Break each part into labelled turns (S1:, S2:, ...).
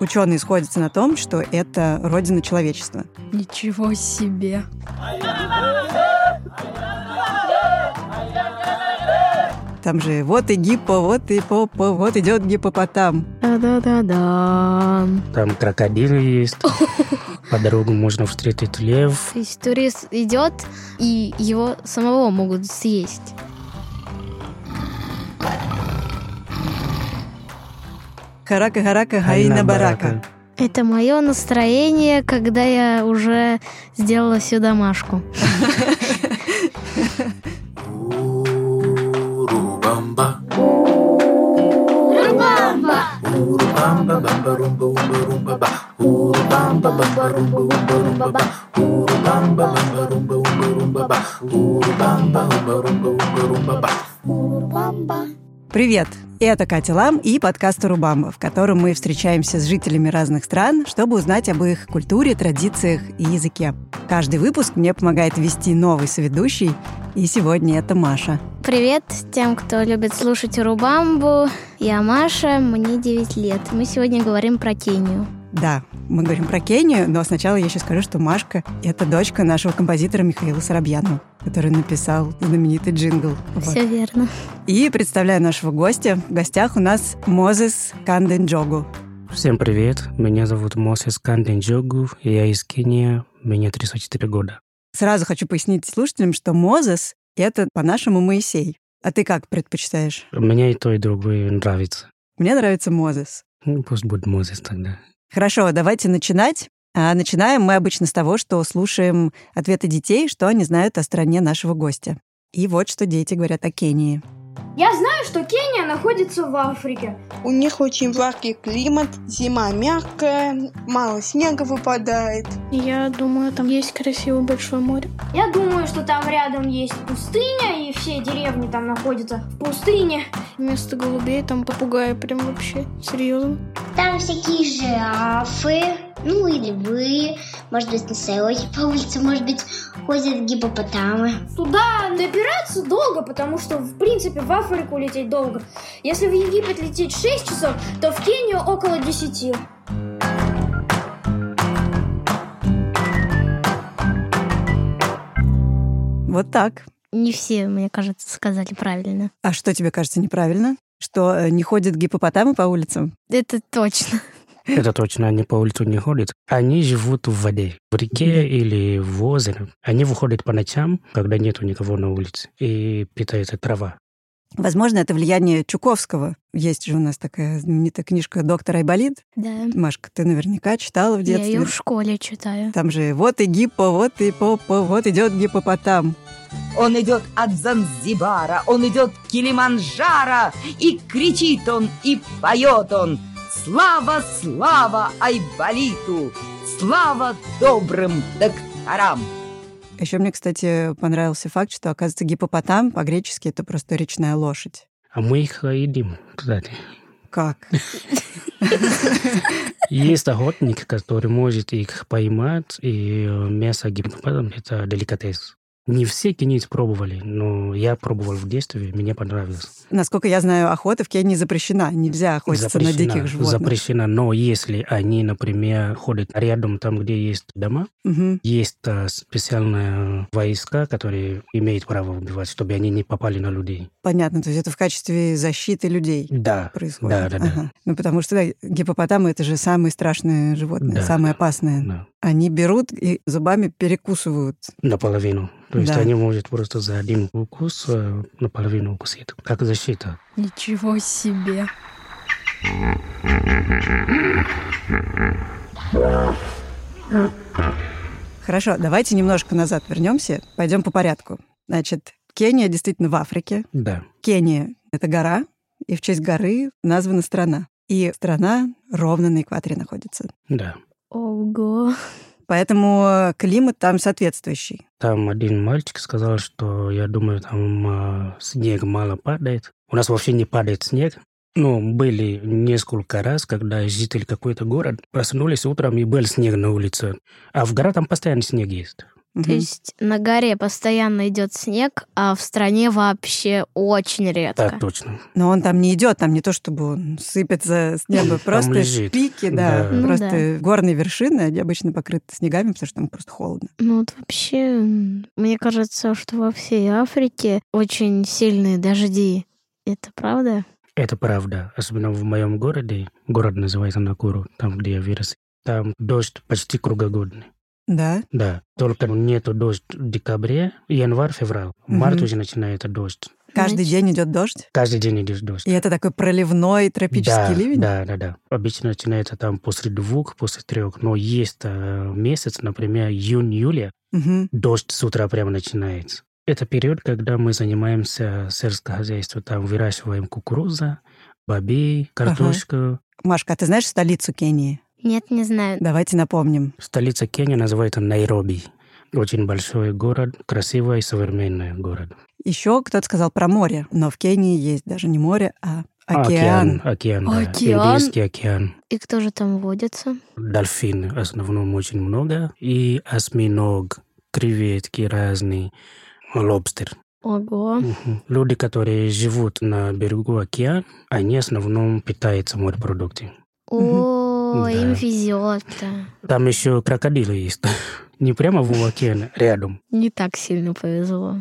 S1: Ученые сходятся на том, что это родина человечества.
S2: Ничего себе.
S1: Там же вот и гиппо, вот и попо, вот идет гиппопотам.
S2: Да-да-да-да.
S3: Там крокодилы есть. По дорогам можно встретить лев.
S4: То есть турист идет, и его самого могут съесть.
S1: Харака-харака, хаина барака.
S4: Это мое настроение, когда я уже сделала всю домашку.
S5: Урубамба.
S1: Привет! Это Катя Лам и подкаст «Рубамба», в котором мы встречаемся с жителями разных стран, чтобы узнать об их культуре, традициях и языке. Каждый выпуск мне помогает вести новый соведущий, и сегодня это Маша.
S4: Привет тем, кто любит слушать Рубамбу. Я Маша, мне 9 лет. Мы сегодня говорим про Кению.
S1: Да, мы говорим про Кению, но сначала я еще скажу, что Машка — это дочка нашего композитора Михаила Соробьянова, который написал знаменитый джингл. Вот.
S4: Все верно.
S1: И представляю нашего гостя. В гостях у нас Мозес Канденджогу.
S3: Всем привет, меня зовут Мосис Канденджогу, я из Кении, мне 34 года.
S1: Сразу хочу пояснить слушателям, что Мозес — это по-нашему Моисей. А ты как предпочитаешь?
S3: Мне и то, и другое нравится.
S1: Мне нравится Мозес.
S3: Ну, пусть будет Мозес тогда.
S1: Хорошо, давайте начинать. А начинаем мы обычно с того, что слушаем ответы детей, что они знают о стране нашего гостя. И вот что дети говорят о Кении.
S6: Я знаю, что Кения находится в Африке.
S7: У них очень влагий климат, зима мягкая, мало снега выпадает.
S2: Я думаю, там есть красивое большое море.
S6: Я думаю, что там рядом есть пустыня, и все деревни там находятся в пустыне.
S2: Вместо голубей там попугаи прям вообще. Серьезно.
S8: Там всякие жирафы, ну и львы, может быть, носороги по улице, может быть, ходят гипопотамы.
S6: Туда добираться долго, потому что, в принципе, в Африку лететь долго. Если в Египет лететь 6 часов, то в Кению около 10.
S1: Вот так.
S4: Не все, мне кажется, сказали правильно.
S1: А что тебе кажется неправильно? Что э, не ходят гипопотамы по улицам?
S4: Это точно.
S3: Это точно, они по улице не ходят. Они живут в воде, в реке или в озере. Они выходят по ночам, когда нету никого на улице, и питаются трава.
S1: Возможно, это влияние Чуковского. Есть же у нас такая знаменитая книжка «Доктор Айболит».
S4: Да.
S1: Машка, ты наверняка читала в
S4: Я
S1: детстве.
S4: ее в школе читаю.
S1: Там же вот и гиппо, вот и попо, вот идет гиппопотам.
S9: Он идет от Занзибара, он идет к Килиманджаро, и кричит он, и поет он. Слава, слава Айболиту! Слава добрым докторам!
S1: Еще мне, кстати, понравился факт, что, оказывается, гиппопотам по-гречески это просто речная лошадь.
S3: А мы их едим, кстати.
S1: Как?
S3: Есть охотник, который может их поймать, и э, мясо гипопотам – это деликатес. Не все кенийцы пробовали, но я пробовал в детстве, мне понравилось.
S1: Насколько я знаю, охота в Кении запрещена. Нельзя охотиться на
S3: Запрещено,
S1: диких животных.
S3: Запрещено, но если они, например, ходят рядом там, где есть дома,
S1: Мгм.
S3: есть а, специальные войска, которые имеют право убивать, чтобы они не попали на людей.
S1: Понятно, то есть это в качестве защиты людей
S3: Да,
S1: происходит.
S3: Да, да, да.
S1: Ага. Ну, потому что да, гипопотамы — это же самые страшные животные,
S3: Да.
S1: самые опасные.
S3: да,
S1: Они берут и зубами перекусывают.
S3: наполовину. То есть
S1: Да.
S3: они могут просто за один укус э, наполовину укусить, как защита.
S2: Ничего себе.
S1: Хорошо, давайте немножко назад вернемся, пойдем по порядку. Значит, Кения действительно в Африке.
S3: Да.
S1: Кения — это гора, и в честь горы названа страна. И страна ровно на экваторе находится.
S3: Да.
S4: Ого.
S1: Поэтому э, климат там соответствующий.
S3: Там один мальчик сказал, что я думаю, там э, снег мало падает. У нас вообще не падает снег. Ну, были несколько раз, когда жители какой-то город проснулись утром и был снег на улице. А в горах там постоянно снег есть.
S4: То есть на горе постоянно идет снег, а в стране вообще очень редко.
S3: Так точно.
S1: Но он там не идет, там не то чтобы он сыпется с неба, просто
S3: лежит.
S1: пики, да,
S3: Да.
S4: Ну
S1: просто горные вершины, они обычно покрыты снегами, потому что там просто холодно.
S4: Ну вот вообще, м, мне кажется, что во всей Африке очень сильные дожди. Это правда?
S3: Это правда. Особенно в моем городе. Город называется Накуру, там, где я вырос. Там дождь почти круглогодный.
S1: Да,
S3: Да, только нету дождь в декабре, январь, февраль. Март
S1: Мгм.
S3: уже начинается дождь.
S1: каждый
S4: Значит,
S1: день идет дождь,
S3: Каждый день идет дождь.
S1: и это такой проливной тропический
S3: да,
S1: ливень.
S3: Да, да, да. Обычно начинается там после двух, после трех. Но есть э, месяц, например, июнь-июля,
S1: Мгм.
S3: дождь с утра прямо начинается. Это период, когда мы занимаемся сельским хозяйством. Там выращиваем кукурузу, бобей, картошку.
S1: Машка, а ты знаешь столицу Кении?
S4: Нет, не знаю.
S1: Давайте напомним.
S3: Столица Кении называется Найроби. Очень большой город, красивый и современный город.
S1: Еще кто-то сказал про море, но в Кении есть даже не море, а океан.
S3: Океан, да.
S4: Океан?
S3: Индийский океан.
S4: И кто же там водится?
S3: Дольфин в основном очень много. И осьминог, креветки разные, лобстер.
S4: Ого.
S3: Мгм. Люди, которые живут на берегу океана, они в основном питаются морепродуктами.
S4: О,
S3: Да.
S4: им везет-то.
S3: Там еще крокодилы есть. Не прямо в океане, а рядом.
S4: Не так сильно повезло.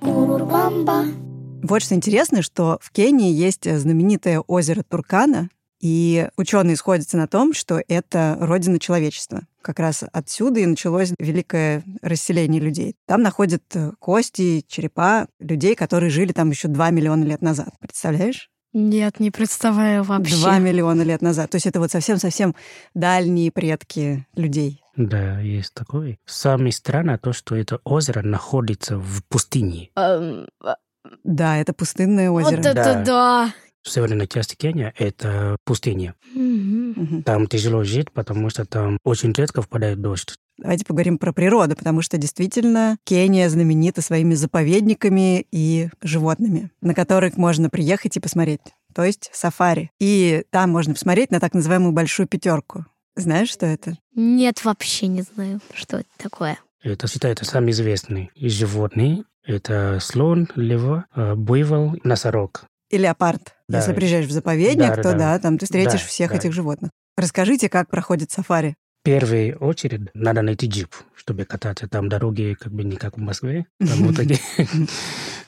S1: Вот что интересно, что в Кении есть э, знаменитое озеро Туркана, и ученые сходятся на том, что это родина человечества. Как раз отсюда и началось великое расселение людей. Там находят э, кости, черепа людей, которые жили там еще 2 миллиона лет назад. Представляешь?
S4: Нет, не представляю вообще.
S1: 2 миллиона лет назад. То есть это вот совсем-совсем дальние предки людей.
S3: Да, есть такое. Самое странное то, что это озеро находится в пустыне.
S4: Эм, а,
S1: Да, это пустынное
S4: Вот
S1: озеро.
S4: это
S3: Да.
S4: да.
S3: В северной части Кении это пустыня.
S4: Мгм.
S1: Мгм.
S3: Там тяжело жить, потому что там очень редко впадает дождь.
S1: Давайте поговорим про природу, потому что действительно Кения знаменита своими заповедниками и животными, на которых можно приехать и посмотреть. То есть сафари. И там можно посмотреть на так называемую большую пятерку. Знаешь, что это?
S4: Нет, вообще не знаю, что это такое.
S3: Это считается самые известные животные. Это слон, лева, э, буйвол, носорог.
S1: И леопард.
S3: Да.
S1: Если приезжаешь в заповедник,
S3: Да, да,
S1: то да,
S3: да.
S1: там ты встретишь
S3: Да,
S1: всех
S3: да.
S1: этих животных. Расскажите, как проходит сафари.
S3: В первую очередь надо найти джип, чтобы кататься. Там дороги как бы не как в Москве. Там вот такие.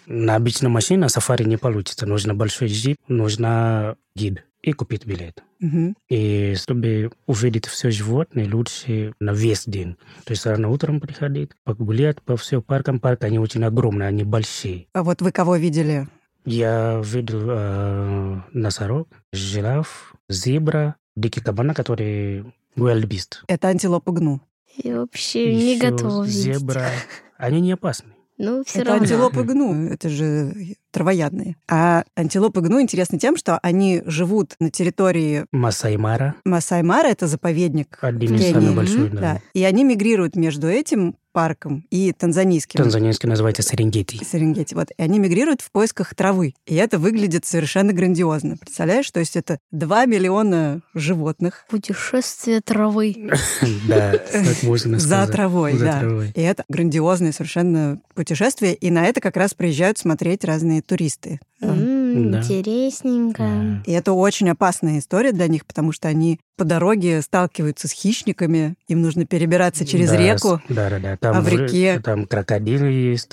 S3: На обычной машине сафари не получится. Нужно большой джип, нужна гид и купить билет.
S1: Мгм.
S3: И чтобы увидеть все животные, лучше на весь день. То есть рано утром приходить, погулять по всем паркам. Парк, они очень огромные, они большие.
S1: А вот вы кого видели?
S3: Я видел э, носорог, жираф, зебра, дикий кабана, который wild beast.
S1: Это антилопа гну.
S4: Я вообще не
S3: Ещё
S4: готова видеть.
S3: зебра. Они не опасны.
S4: Ну, все
S1: это
S4: равно.
S1: антилопы гну, это же травоядные. А антилопы гну интересны тем, что они живут на территории
S3: Масаймара
S1: Масаймара это заповедник.
S3: один
S1: в
S3: из
S1: Кении.
S3: самых больших.
S1: Да.
S3: да.
S1: И они мигрируют между этим парком и танзанийским.
S3: Танзанийский называется Серенгети.
S1: Серенгети. Вот. И они мигрируют в поисках травы. И это выглядит совершенно грандиозно. Представляешь? То есть это 2 миллиона животных
S4: Путешествие травы.
S3: Да, так можно
S1: за
S3: сказать.
S1: травой.
S3: За
S1: да.
S3: травой.
S1: И это грандиозное совершенно путешествие. И на это как раз приезжают смотреть разные туристы. Э,
S4: М,
S3: Да.
S4: Интересненько.
S3: Да.
S1: И это очень опасная история для них, потому что они по дороге сталкиваются с хищниками, им нужно перебираться через
S3: Да,
S1: реку.
S3: с- Да, да, да. Там
S1: а в
S3: ре-
S1: реке?
S3: Там крокодилы есть.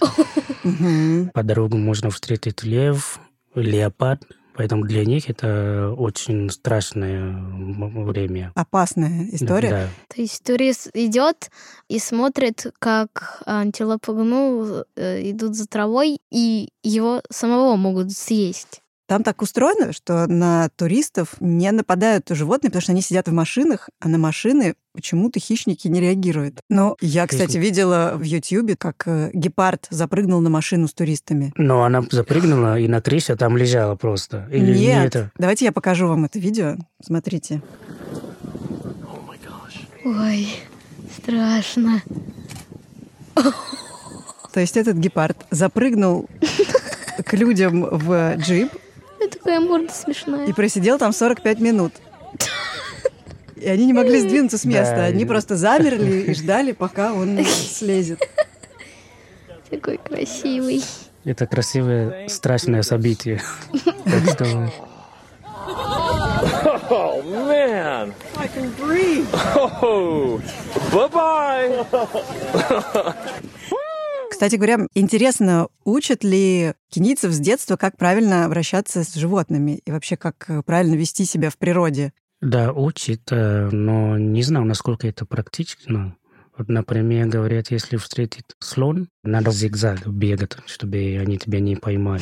S1: Мгм.
S3: По дорогу можно встретить лев, леопард. Поэтому для них это очень страшное м- время.
S1: Опасная история.
S3: Да.
S4: То есть турист идет и смотрит, как антилопы гну э, идут за травой, и его самого могут съесть.
S1: Там так устроено, что на туристов не нападают животные, потому что они сидят в машинах, а на машины почему-то хищники не реагируют. Но я, кстати,
S3: Хищники.
S1: видела в Ютьюбе, как э, гепард запрыгнул на машину с туристами.
S3: Но она запрыгнула и на крыше там лежала просто. Или не
S1: Нет.
S3: это?
S1: Давайте я покажу вам это видео. Смотрите.
S4: Ой, страшно.
S1: То есть этот гепард запрыгнул к людям в джип
S4: Я такая морда
S1: и
S4: смешная.
S1: просидел там 45 минут. И они не могли сдвинуться с места.
S3: Да,
S1: Они
S3: и-
S1: просто замерли и ждали, пока он слезет.
S4: Такой красивый.
S3: Это красивое, страшное событие. Так что
S5: Oh man! I can breathe. Oh, bye bye.
S1: Кстати говоря, интересно, учат ли кенийцев с детства, как правильно обращаться с животными и вообще, как э, правильно вести себя в природе?
S3: Да, учит, э, но не знаю, насколько это практично. Вот, например, говорят, если встретит слон, надо зигзаг бегать, чтобы они тебя не поймали.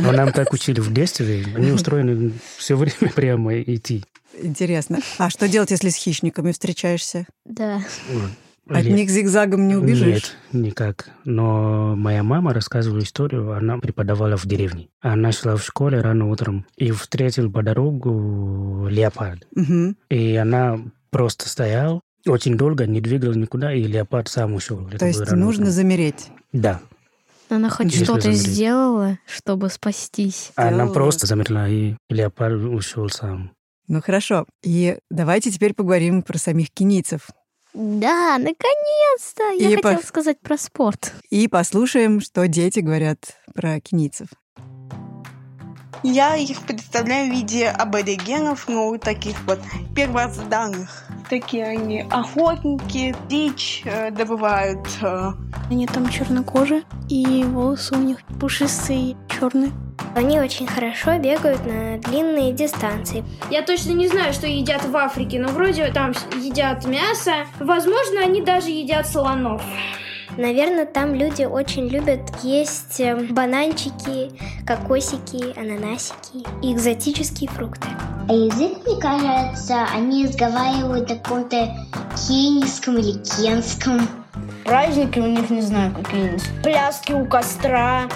S3: Но нам так учили в детстве, они устроены все время прямо идти.
S1: Интересно. А что делать, если с хищниками встречаешься?
S4: Да.
S3: Вот.
S1: От
S3: Или-
S1: них зигзагом не убежишь.
S3: Нет, никак. Но моя мама рассказывала историю, она преподавала в деревне. Она шла в школе рано утром и встретил по дорогу леопард.
S1: Мгм.
S3: И она просто стояла, очень долго не двигалась никуда, и леопард сам ушел. Это
S1: То
S3: было
S1: есть
S3: рано
S1: нужно
S3: утром.
S1: замереть.
S3: Да.
S4: Она хоть
S3: Если
S4: что-то
S3: замереть.
S4: сделала, чтобы спастись.
S3: Она
S1: Сделала.
S3: просто замерла, и леопард ушел сам.
S1: Ну хорошо. И давайте теперь поговорим про самих кенийцев.
S4: Да, наконец-то! Я
S1: И по-
S4: хотела сказать про спорт.
S1: И послушаем, что дети говорят про кенийцев.
S7: Я их представляю в виде аборигенов, ну, вот таких вот первозданных. Такие они охотники, дичь э, добывают. э.
S2: Они там чернокожие, и волосы у них пушистые, черные.
S8: Они очень хорошо бегают на длинные дистанции.
S6: Я точно не знаю, что едят в Африке, но вроде там с- едят мясо. Возможно, они даже едят слонов.
S8: Наверное, там люди очень любят есть э, бананчики, кокосики, ананасики и экзотические фрукты.
S10: А язык, мне кажется, они разговаривают о каком-то кенийском или кенском.
S2: Праздники у них не знаю какие-нибудь.
S6: Пляски у костра.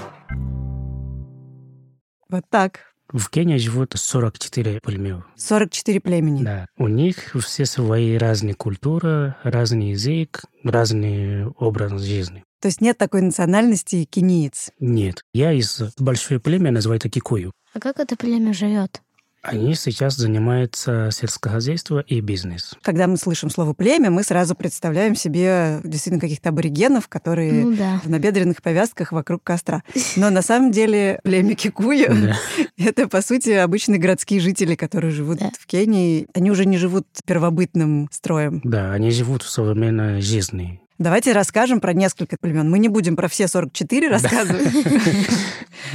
S1: Вот так.
S3: В Кении живут 44 племени.
S1: 44 племени.
S3: Да. У них все свои разные культуры, разный язык, разный образ жизни.
S1: То есть нет такой национальности кенийц.
S3: Нет. Я из большой племени называю это кикую.
S4: А как это племя живет?
S3: Они сейчас занимаются сельское хозяйство и бизнес.
S1: Когда мы слышим слово «племя», мы сразу представляем себе действительно каких-то аборигенов, которые
S4: Ну да.
S1: в набедренных повязках вокруг костра. Но на самом деле племя Кикую
S3: Да.
S1: это, по сути, обычные городские жители, которые живут
S4: Да.
S1: в Кении. Они уже не живут первобытным строем.
S3: Да, они живут в современной жизни.
S1: Давайте расскажем про несколько племен. Мы не будем про все 44 рассказывать.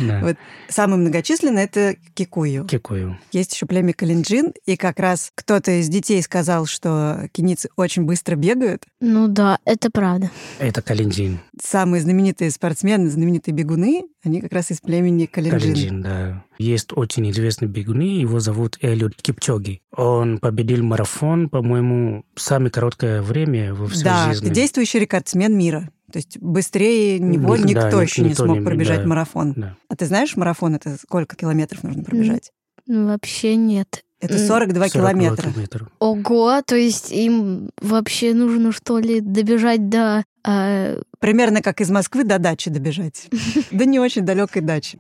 S3: Да.
S1: Вот. Самое многочисленное — это Кикую.
S3: Кикую.
S1: Есть еще племя Калинджин, и как раз кто-то из детей сказал, что кенийцы очень быстро бегают.
S4: Ну да, это правда.
S3: Это калинджин.
S1: Самые знаменитые спортсмены, знаменитые бегуны, они как раз из племени Калинджин.
S3: Калинджин, да. Есть очень известный бегуны, его зовут Эллиот Кипчоги. Он победил марафон, по-моему, самое короткое время во всей
S1: Да,
S3: жизни.
S1: действующий рекордсмен мира. То есть быстрее него
S3: Ник- да,
S1: никто
S3: ник-
S1: еще не
S3: никто
S1: смог
S3: не-
S1: пробежать
S3: да.
S1: марафон.
S3: Да.
S1: А ты знаешь, марафон это сколько километров нужно пробежать?
S4: Ну, Вообще нет.
S1: Это
S4: М.
S1: 42
S3: 42
S1: километра.
S3: километра.
S4: Ого, то есть им вообще нужно, что ли, добежать до... э,
S1: Примерно как из Москвы до дачи добежать. До не очень далекой дачи.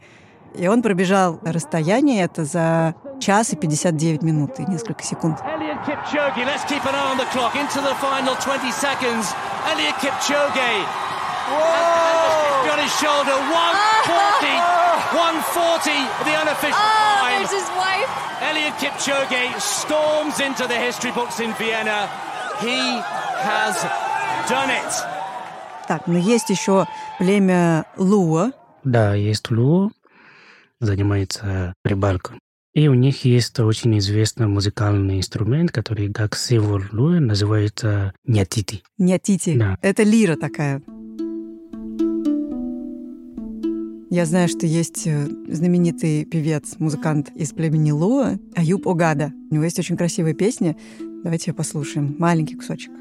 S1: И он пробежал расстояние это за час и 59 минут и несколько секунд.
S5: Elliot Kipchoge, let's keep an eye on the clock. Into the final 20 seconds. Elliot Kipchoge. Whoa! On his shoulder, 140, 140, the unofficial time. Elliot Kipchoge storms into the history books in Vienna. He has done it.
S1: Так, но есть еще племя Луа.
S3: Да, есть Луо, занимается рыбалкой. И у них есть очень известный музыкальный инструмент, который как символ Луо называется нятити.
S1: Нятити.
S3: Да.
S1: Это лира такая. Я знаю, что есть э, знаменитый певец, музыкант из племени Луа, Аюб Огада. У него есть очень красивая песня. Давайте ее послушаем. Маленький кусочек.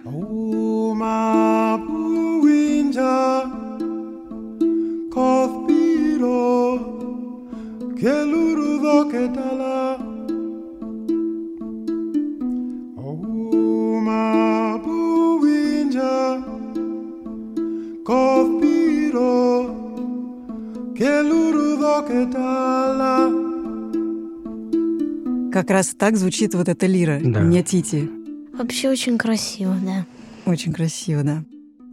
S1: Как раз так звучит вот эта лира.
S3: Да.
S1: Нятити.
S4: Вообще очень красиво, да.
S1: Очень красиво, да.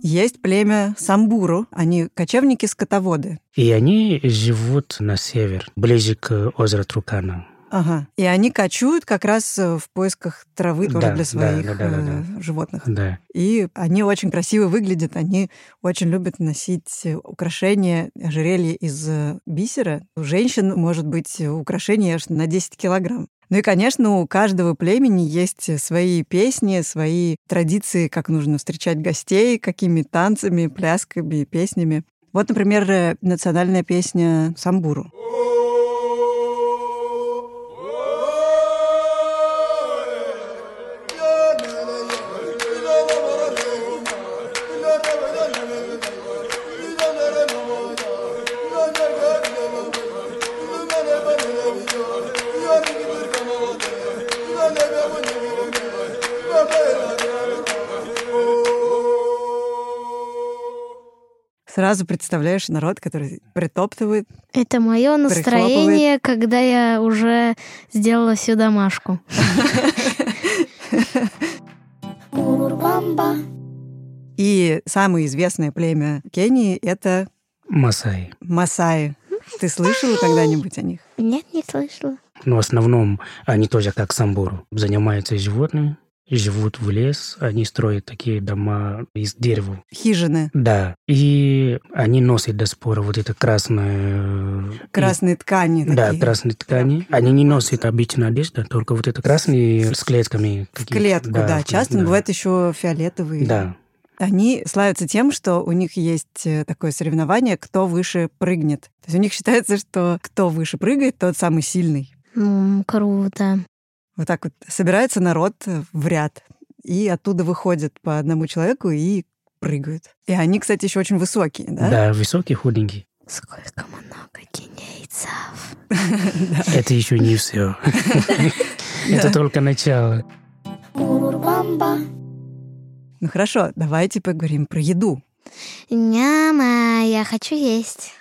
S1: Есть племя Самбуру, они кочевники-скотоводы.
S3: И они живут на север, ближе к озеру Трукана.
S1: Ага. И они кочуют как раз э, в поисках травы тоже
S3: Да,
S1: для
S3: да,
S1: своих
S3: да, да, да, да.
S1: э, животных.
S3: Да.
S1: И они очень красиво выглядят, они очень любят носить э, украшения, ожерелья из э, бисера. У женщин может быть э, украшение аж на 10 килограмм. Ну и, конечно, у каждого племени есть свои песни, свои традиции, как нужно встречать гостей, какими танцами, плясками, и песнями. Вот, например, э, национальная песня Самбуру. Сразу представляешь народ, который притоптывает.
S4: Это мое настроение, когда я уже сделала всю домашку.
S1: Урбамба. И самое известное племя Кении — это
S3: Масаи.
S1: масаи. Ты слышала когда-нибудь о них?
S4: Нет, не слышала.
S3: Но в основном они тоже как самбуру. Занимаются животными, живут в лес, они строят такие дома из дерева.
S1: Хижины,
S3: Да, и они носят до сих пор вот это красное... э,
S1: красные ткани.
S3: Да,
S1: такие.
S3: красные ткани. Они не носят обычную одежду, а только вот это красные с клетками.
S1: В клетку, да. Часто бывает еще фиолетовые.
S3: Да,
S1: Они славятся тем, что у них есть э, такое соревнование, кто выше прыгнет. То есть у них считается, что кто выше прыгает, тот самый сильный.
S4: М, Ну, круто.
S1: Вот так вот собирается народ э, в ряд, и оттуда выходят по одному человеку и прыгают. И они, кстати, еще очень высокие, да?
S3: да, высокие, худенькие.
S4: Сколько много генейцев.
S3: Это еще не все. Это только начало.
S1: Ну хорошо, давайте поговорим про еду.
S4: Няма, я хочу есть.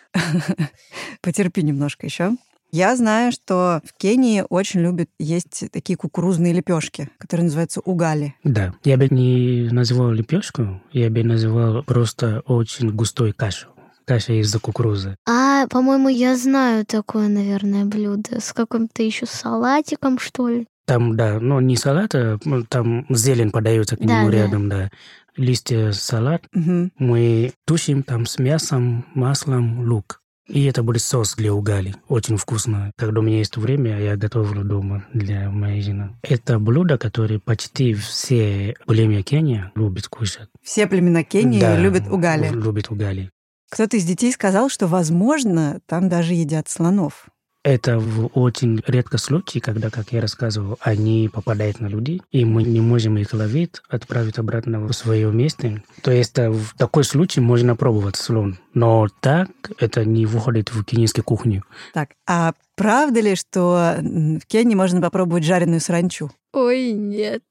S1: Потерпи немножко еще. Я знаю, что в Кении очень любят есть такие кукурузные лепешки, которые называются угали.
S3: Да, я бы не называл лепешку, я бы называл просто очень густой кашу. Каша из кукурузы.
S4: А, по-моему, я знаю такое, наверное, блюдо. С каким-то еще салатиком, что ли?
S3: Там, да, но не салат, а ну, там зелень подается к
S4: Да,
S3: нему
S4: да.
S3: рядом, да. Листья салат.
S1: Мгм.
S3: Мы тушим там с мясом, маслом, лук. И это будет соус для угали. Очень вкусно. Когда у меня есть время, я готовлю дома для моей жены. Это блюдо, которое почти все племя Кения любят кушать.
S1: Все племена Кении
S3: Да,
S1: любят угали.
S3: Любят угали.
S1: Кто-то из детей сказал, что, возможно, там даже едят слонов.
S3: Это в очень редко случае, когда, как я рассказывал, они попадают на людей, и мы не можем их ловить, отправить обратно в свое место. То есть э, в такой случае можно пробовать слон. Но так это не выходит в кенийскую кухню.
S1: Так, а правда ли, что м, в Кении можно попробовать жареную саранчу?
S4: Ой, нет.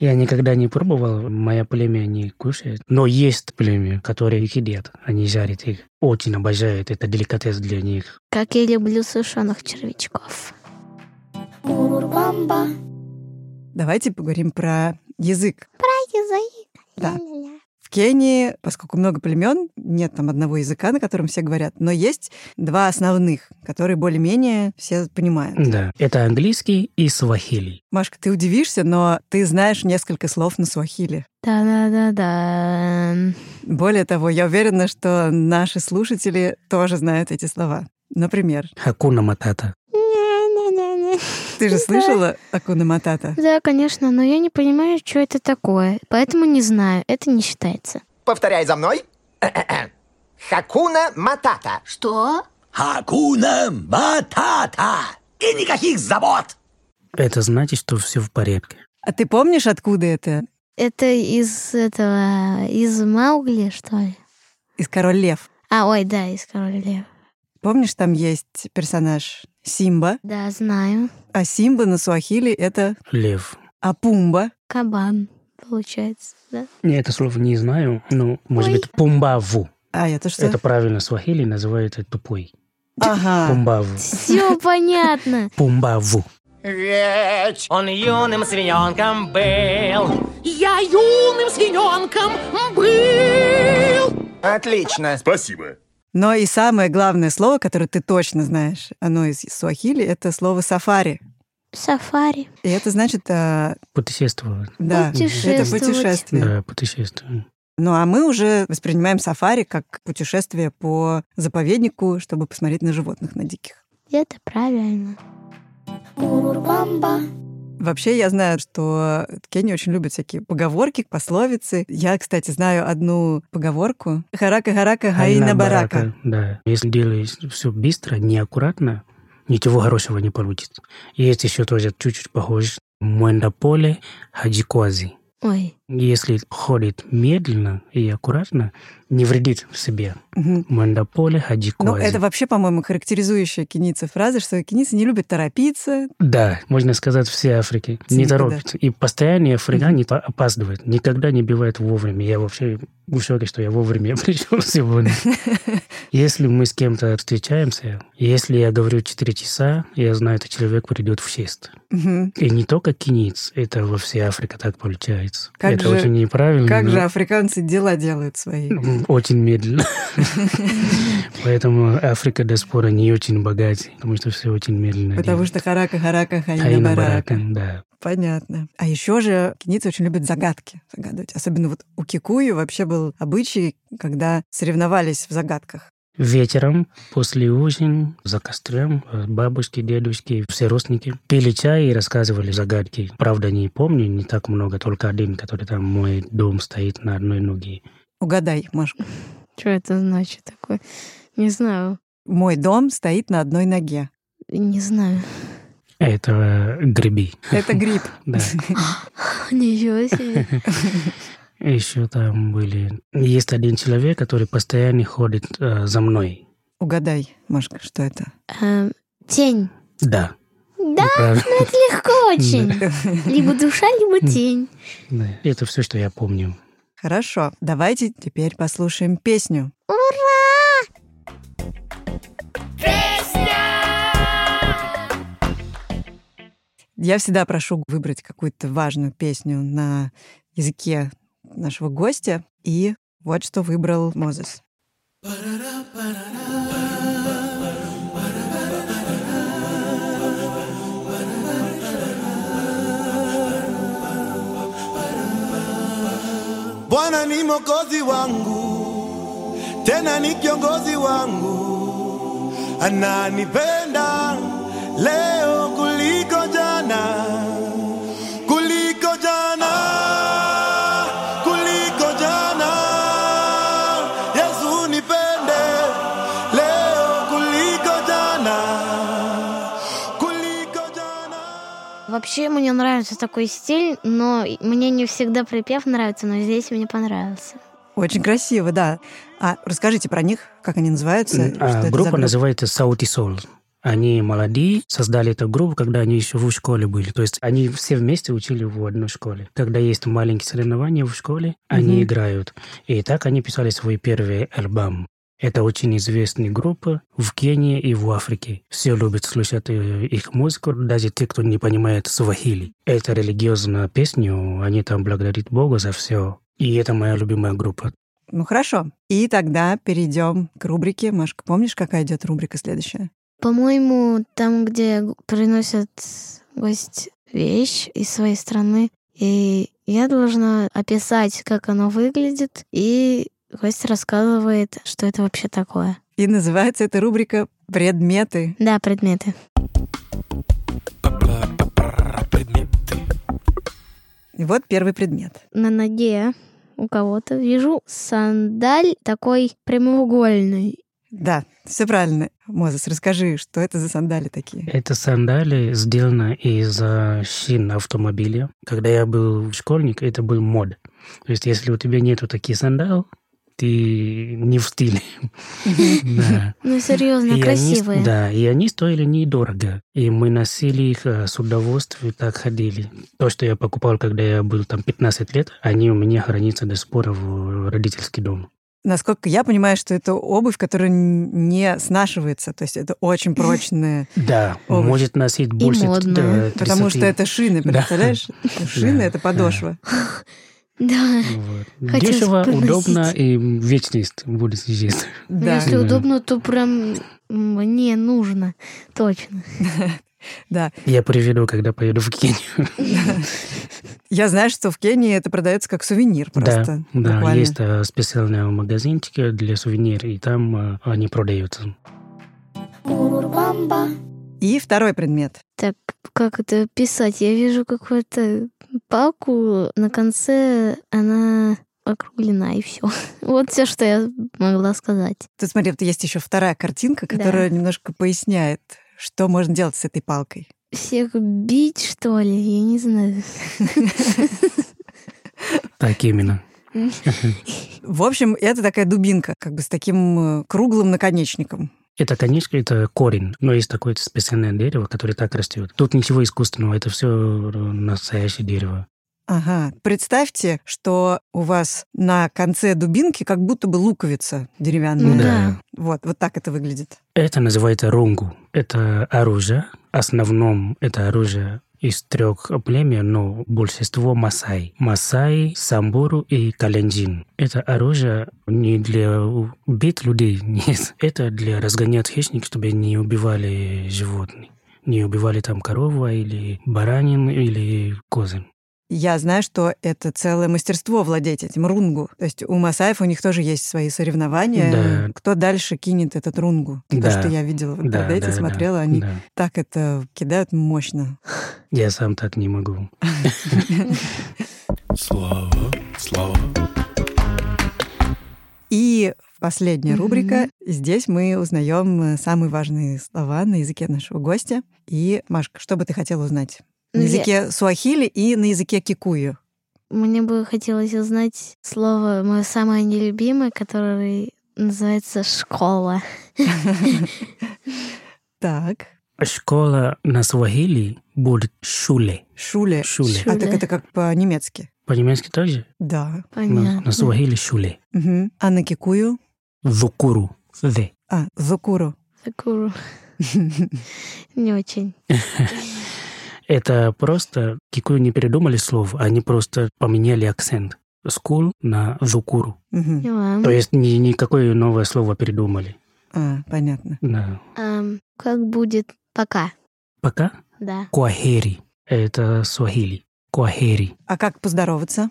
S3: Я никогда не пробовал, мое племя не кушает. Но есть племя, которые их едят, они жарят их. Очень обожают, это деликатес для них.
S4: Как я люблю сушеных червячков.
S1: Давайте поговорим про язык.
S4: Язык.
S1: Да.
S4: Ля-ля-ля.
S1: В Кении, поскольку много племен, нет там одного языка, на котором все говорят, но есть два основных, которые более-менее все понимают.
S3: Да, это английский и свахили.
S1: Машка, ты удивишься, но ты знаешь несколько слов на суахили.
S4: Да-да-да-да.
S1: Более того, я уверена, что наши слушатели тоже знают эти слова. Например,
S3: Хакуна матата.
S4: Ня-ня-ня-ня.
S1: ты же
S4: Да.
S1: слышала Акуна Матата?
S4: Да, конечно, но я не понимаю, что это такое. Поэтому не знаю, это не считается.
S11: Повторяй за мной. Хакуна Матата.
S12: Что? Хакуна Матата. И никаких забот.
S3: Это значит, что все в порядке.
S1: А ты помнишь, откуда это?
S4: Это из этого... Из Маугли, что ли?
S1: Из «Король лев».
S4: А, ой, да, из Короля Лев.
S1: Помнишь, там есть персонаж Симба,
S4: Да, знаю.
S1: а Симба на суахили — это
S3: Лев.
S1: Апумба.
S4: Кабан, получается, да?
S3: Я это слово не знаю, но, может быть, пумбаву.
S1: А это что?
S3: Это правильно свахили называют это тупой.
S1: Ага.
S3: Пумбаву.
S4: Все понятно.
S3: Пумбаву.
S5: Он юным свиненком был,
S11: Я юным свиненком был.
S13: Отлично. Спасибо.
S1: Но и самое главное слово, которое ты точно знаешь, оно из суахили, это слово «сафари».
S2: Сафари.
S1: И это значит... э,
S3: Путешествовать.
S1: да, это путешествие.
S3: Да, путешествие.
S1: Ну а мы уже воспринимаем сафари как путешествие по заповеднику, чтобы посмотреть на животных, на диких.
S2: Это правильно.
S1: Вообще, я знаю, что Кенни очень любит всякие поговорки, пословицы. Я, кстати, знаю одну поговорку. Харака-харака,
S3: Хайна
S1: хаина барака.
S3: Да. Если делаешь все быстро, неаккуратно, ничего хорошего не получится. Есть еще тоже чуть-чуть похож. Муэндаполе хаджикози.
S4: Ой.
S3: Если ходит медленно и аккуратно, не вредит себе.
S1: Мгм.
S3: Муэндаполе хаджикози.
S1: Ну, это вообще, по-моему, характеризующая кенийцы фраза, что кенийцы не любят торопиться.
S3: Да, можно сказать, все Африки. не
S1: Всегда.
S3: торопится. И постоянно африкане по- опаздывают. Никогда не бивает вовремя. Я вообще в шоке, что я вовремя пришел сегодня. Если мы с кем-то встречаемся, если я говорю 4 часа, я знаю, этот человек придет в 6.
S1: Мгм.
S3: И не только кинец, это во всей Африке так получается.
S1: Как
S3: это
S1: же-
S3: очень неправильно.
S1: Как же
S3: но
S1: африканцы дела делают свои.
S3: Ну, Очень медленно. Поэтому Африка до спора не очень богатая, потому что все очень медленно.
S1: Потому что харака-харака,
S3: Хаина
S1: хаина барака.
S3: барака, да.
S1: Понятно. А еще же кенийцы очень любят загадки загадывать. Особенно вот у Кикую вообще был обычай, когда соревновались в загадках.
S3: Вечером, после ужин, за костром, э, бабушки, дедушки, все родственники пили чай и рассказывали загадки. Правда, не помню, не так много, только один, который там мой дом стоит на одной ноге.
S1: Угадай, Машка.
S4: Что это значит такое? Не знаю.
S1: Мой дом стоит на одной ноге.
S4: Не знаю.
S3: Это э, гриби.
S1: Это гриб.
S3: Да.
S4: Ничего себе.
S3: Еще там были... Есть один человек, который постоянно ходит э, за мной.
S1: Угадай, Машка, что это?
S4: Эм, Тень.
S3: Да.
S4: Да,
S3: Правильно.
S4: ну это легко очень. Либо душа, либо тень.
S3: Да. Это все, что я помню.
S1: Хорошо, давайте теперь послушаем песню. Я всегда прошу выбрать какую-то важную песню на языке нашего гостя. И вот что выбрал Мозес.
S14: Bwana ni mokozi wangu, tena ni kiongozi wangu, ananipenda leo kuliko jana, kuliko jana, kuliko jana. Yesu nipende leo kuliko jana, kuliko
S4: Вообще, мне нравится такой стиль, но мне не всегда припев нравится, но здесь мне понравился.
S1: Очень красиво, да. А расскажите про них, как они называются?
S3: М,
S1: что
S3: а
S1: это за
S3: группа
S1: группа?
S3: называется Saudi Soul. Они молодые, создали эту группу, когда они еще в школе были. То есть они все вместе учили в одной школе. Когда есть маленькие соревнования в школе, они
S15: Мгм.
S3: играют. И так они писали свой первый альбом. Это очень известная группа в Кении и в Африке. Все любят слушать э, их музыку, даже те, кто не понимает свахили. Это религиозная песня, они там благодарят Бога за все. И это моя любимая группа.
S1: Ну хорошо. И тогда перейдем к рубрике. Машка, помнишь, какая идет рубрика следующая?
S4: По-моему, там, где г- приносят гость вещь из своей страны, и я должна описать, как оно выглядит, и гость рассказывает, что это вообще такое.
S1: И называется эта рубрика «Предметы».
S4: Да, предметы.
S1: И вот первый предмет.
S4: На ноге у кого-то вижу сандаль такой прямоугольный.
S1: Да, все правильно. Мозес, расскажи, что это за сандали такие?
S3: Это сандали сделаны из э, шин автомобиля. Когда я был школьник, это был мод. То есть, если у тебя нету таких сандал, ты не в стиле. Да.
S4: Ну, серьезно,
S3: И они с-
S4: красивые.
S3: да, и они стоили недорого. И мы носили их э, с удовольствием, так ходили. То, что я покупал, когда я был там 15 лет, они у меня хранятся до сих пор в родительский дом.
S1: Насколько я понимаю, что это обувь, которая н- не снашивается, то есть это очень прочная.
S3: Да,
S1: Овощ.
S3: может носить больше э, 30.
S1: Потому что это шины,
S3: Да.
S1: представляешь? Шины
S3: Да,
S1: это подошва.
S4: Да. Хотелось
S3: Дешево,
S4: бы носить.
S3: удобно и вечность будет здесь.
S4: Ну, Если
S3: Мгм.
S4: удобно, то прям мне нужно. Точно.
S1: Да.
S3: Я приведу, когда поеду в Кению.
S1: Я знаю, что в Кении это продается как сувенир просто.
S3: да, да,
S1: буквально.
S3: есть э, специальные магазинчики для сувенир, и там э, они продаются.
S1: И второй предмет.
S4: Так, как это писать? Я вижу какую-то палку, на конце она округлена, и все. Вот все, что я могла сказать.
S1: Тут, смотри, вот есть еще вторая картинка, которая немножко поясняет, что можно делать с этой палкой.
S4: Всех бить, что ли? Я не знаю.
S3: Так именно.
S1: В общем, это такая дубинка, как бы с таким э, круглым наконечником.
S3: Это, конечно, это корень, но есть такое специальное дерево, которое так растет. Тут ничего искусственного, это все настоящее дерево.
S1: Ага. Представьте, что у вас на конце дубинки как будто бы луковица деревянная.
S3: Ну да.
S1: Вот, вот так это выглядит.
S3: Это называется рунгу. Это оружие. В основном это оружие из трех племен, но большинство масай. Масай, самбуру и календжин. Это оружие не для убить людей, нет. Это для разгонять хищников, чтобы не убивали животных. Не убивали там корову или баранин или козы.
S1: Я знаю, что это целое мастерство владеть этим рунгу. То есть у масаев у них тоже есть свои соревнования.
S3: Да.
S1: Кто дальше кинет этот рунгу?
S3: Да.
S1: То, что я видела в
S3: Да,
S1: интернете,
S3: да,
S1: смотрела,
S3: да,
S1: они
S3: да.
S1: так это кидают мощно.
S3: Я сам так не могу.
S15: Слава, слава.
S1: И последняя рубрика. Здесь мы узнаем э, самые важные слова на языке нашего гостя. И, Машка, что бы ты хотела узнать? На
S4: Ну, я-
S1: языке суахили и на языке кикую.
S4: Мне бы хотелось узнать слово мое самое нелюбимое, которое называется школа.
S1: Так.
S3: Школа на свахили будет шуле.
S1: Шуле.
S3: Шуле.
S1: А так это как по-немецки?
S3: По-немецки тоже?
S1: Да.
S3: На, на свахили шуле.
S1: Мгм. А на кикую?
S3: Вукуру. Ве.
S1: А, зукуру.
S4: Такую не очень.
S3: Это просто кикую не передумали слов, они просто поменяли акцент. Скул на зукуру.
S4: Поняла.
S3: То есть ни- никакое новое слово передумали.
S1: А, понятно.
S3: Да.
S4: Ам, Как будет пока?
S3: Пока
S4: Да.
S3: куахери. Это суахили. Куахери.
S1: А как поздороваться?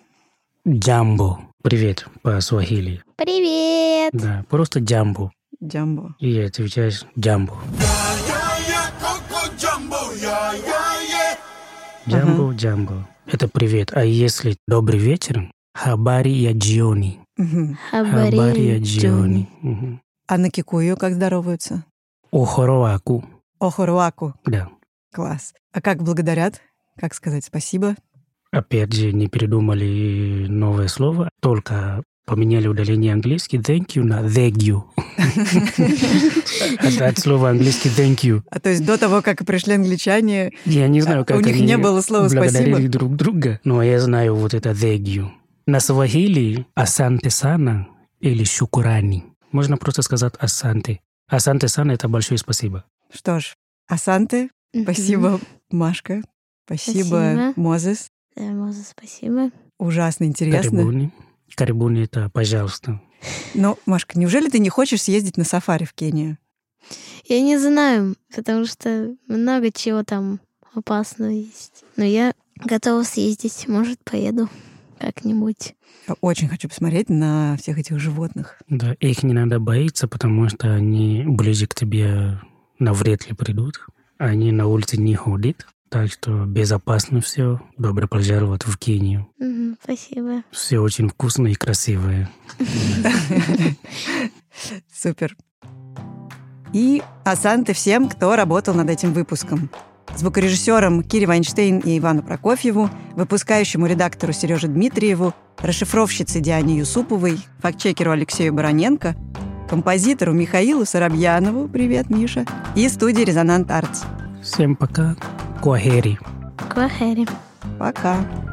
S3: Джамбо. Привет по суахили.
S4: Привет!
S3: Да, просто джамбо.
S1: Джамбо.
S3: И отвечаешь джамбо. Джамбо, джамбо. Это привет. А если добрый вечер, хабари я джиони.
S1: Мгм.
S3: Хабари я джиони. Мгм.
S1: А на кикую как здороваются?
S3: Охороаку.
S1: Охоруаку.
S3: Да.
S1: Класс. А как благодарят? Как сказать спасибо?
S3: Опять же, не передумали новое слово, только поменяли удаление английский thank you на thank you. От- От слова английский thank you.
S1: А то есть до того, как пришли англичане,
S3: Я не знаю,
S1: А,
S3: как
S1: у них
S3: они
S1: не было слова
S3: благодарили
S1: «спасибо»?
S3: друг друга, но я знаю вот это thank you. На свахили асанте сана или шукурани. Можно просто сказать асанте. Асанте сана это большое спасибо.
S1: Что ж, Асанты, спасибо, Машка, спасибо,
S4: Спасибо.
S1: Мозес.
S4: Да, Моза, спасибо.
S1: Ужасно интересно.
S3: Карибуни. Карибуни это пожалуйста.
S1: Но, Машка, неужели ты не хочешь съездить на сафари в Кению?
S4: Я не знаю, потому что много чего там опасного есть. Но я готова съездить. Может, поеду как-нибудь.
S1: Я очень хочу посмотреть на всех этих животных.
S3: Да, их не надо бояться, потому что они ближе к тебе навряд ли придут. Они на улице не ходят, так что безопасно все. Добро пожаловать в Кению.
S4: Мгм, спасибо.
S3: Все очень вкусно и красивое.
S1: Супер. И асанты всем, кто работал над этим выпуском. Звукорежиссерам Кире Вайнштейн и Ивану Прокофьеву, выпускающему редактору Сереже Дмитриеву, расшифровщице Диане Юсуповой, фактчекеру Алексею Бароненко, композитору Михаилу Соробьянову, привет, Миша, и студии «Резонант Артс».
S3: Всем пока. Куахери.
S4: Квахери.
S1: Пока.